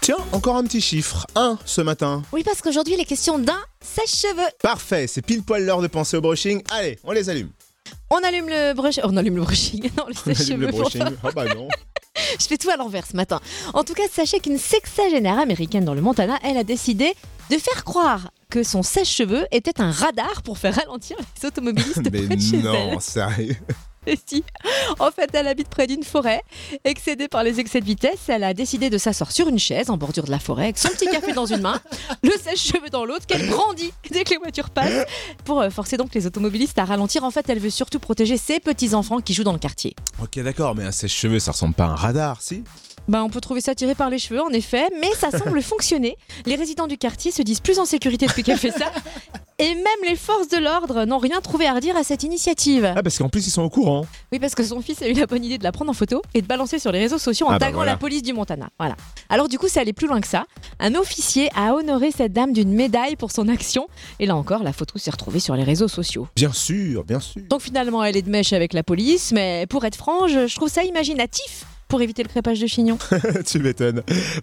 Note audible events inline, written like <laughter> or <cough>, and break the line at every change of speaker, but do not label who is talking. Tiens, encore un petit chiffre. 1 ce matin.
Oui, parce qu'aujourd'hui, il est question d'un sèche-cheveux.
Parfait, c'est pile poil l'heure de penser au brushing. Allez, on les allume.
On allume le brush... On allume le brushing. <laughs> Non, le
On allume
sèche-cheveux.
le brushing. Ah bah
<laughs>
non.
Je fais tout à l'envers ce matin. En tout cas, sachez qu'une sexagénaire américaine dans le Montana, elle a décidé de faire croire que son sèche-cheveux était un radar pour faire ralentir les automobilistes
<laughs> Mais
près de chez elle.
non, sérieux.
Et <laughs> si, en fait, elle habite près d'une forêt. Excédée par les excès de vitesse, elle a décidé de s'asseoir sur une chaise en bordure de la forêt, avec son petit café dans une main, le sèche-cheveux dans l'autre, qu'elle brandit dès que les voitures passent, pour euh, forcer donc les automobilistes à ralentir. En fait, elle veut surtout protéger ses petits-enfants qui jouent dans le quartier.
Ok, d'accord, mais un sèche-cheveux, ça ressemble pas à un radar, si
Bah, on peut trouver ça tiré par les cheveux, en effet, mais ça semble fonctionner. Les résidents du quartier se disent plus en sécurité depuis qu'elle fait ça. Et même les forces de l'ordre n'ont rien trouvé à redire à cette initiative.
Ah, parce qu'en plus, ils sont au courant.
Oui, parce que son fils a eu la bonne idée de la prendre en photo et de balancer sur les réseaux sociaux en
Ah bah
taguant
voilà.
la police du Montana. Voilà. Alors du coup, ça allait plus loin que ça. Un officier a honoré cette dame d'une médaille pour son action. Et là encore, la photo s'est retrouvée sur les réseaux sociaux.
Bien sûr, bien sûr.
Donc finalement, elle est de mèche avec la police, mais pour être franche, je trouve ça imaginatif pour éviter le crépage de chignon.
<laughs> tu m'étonnes.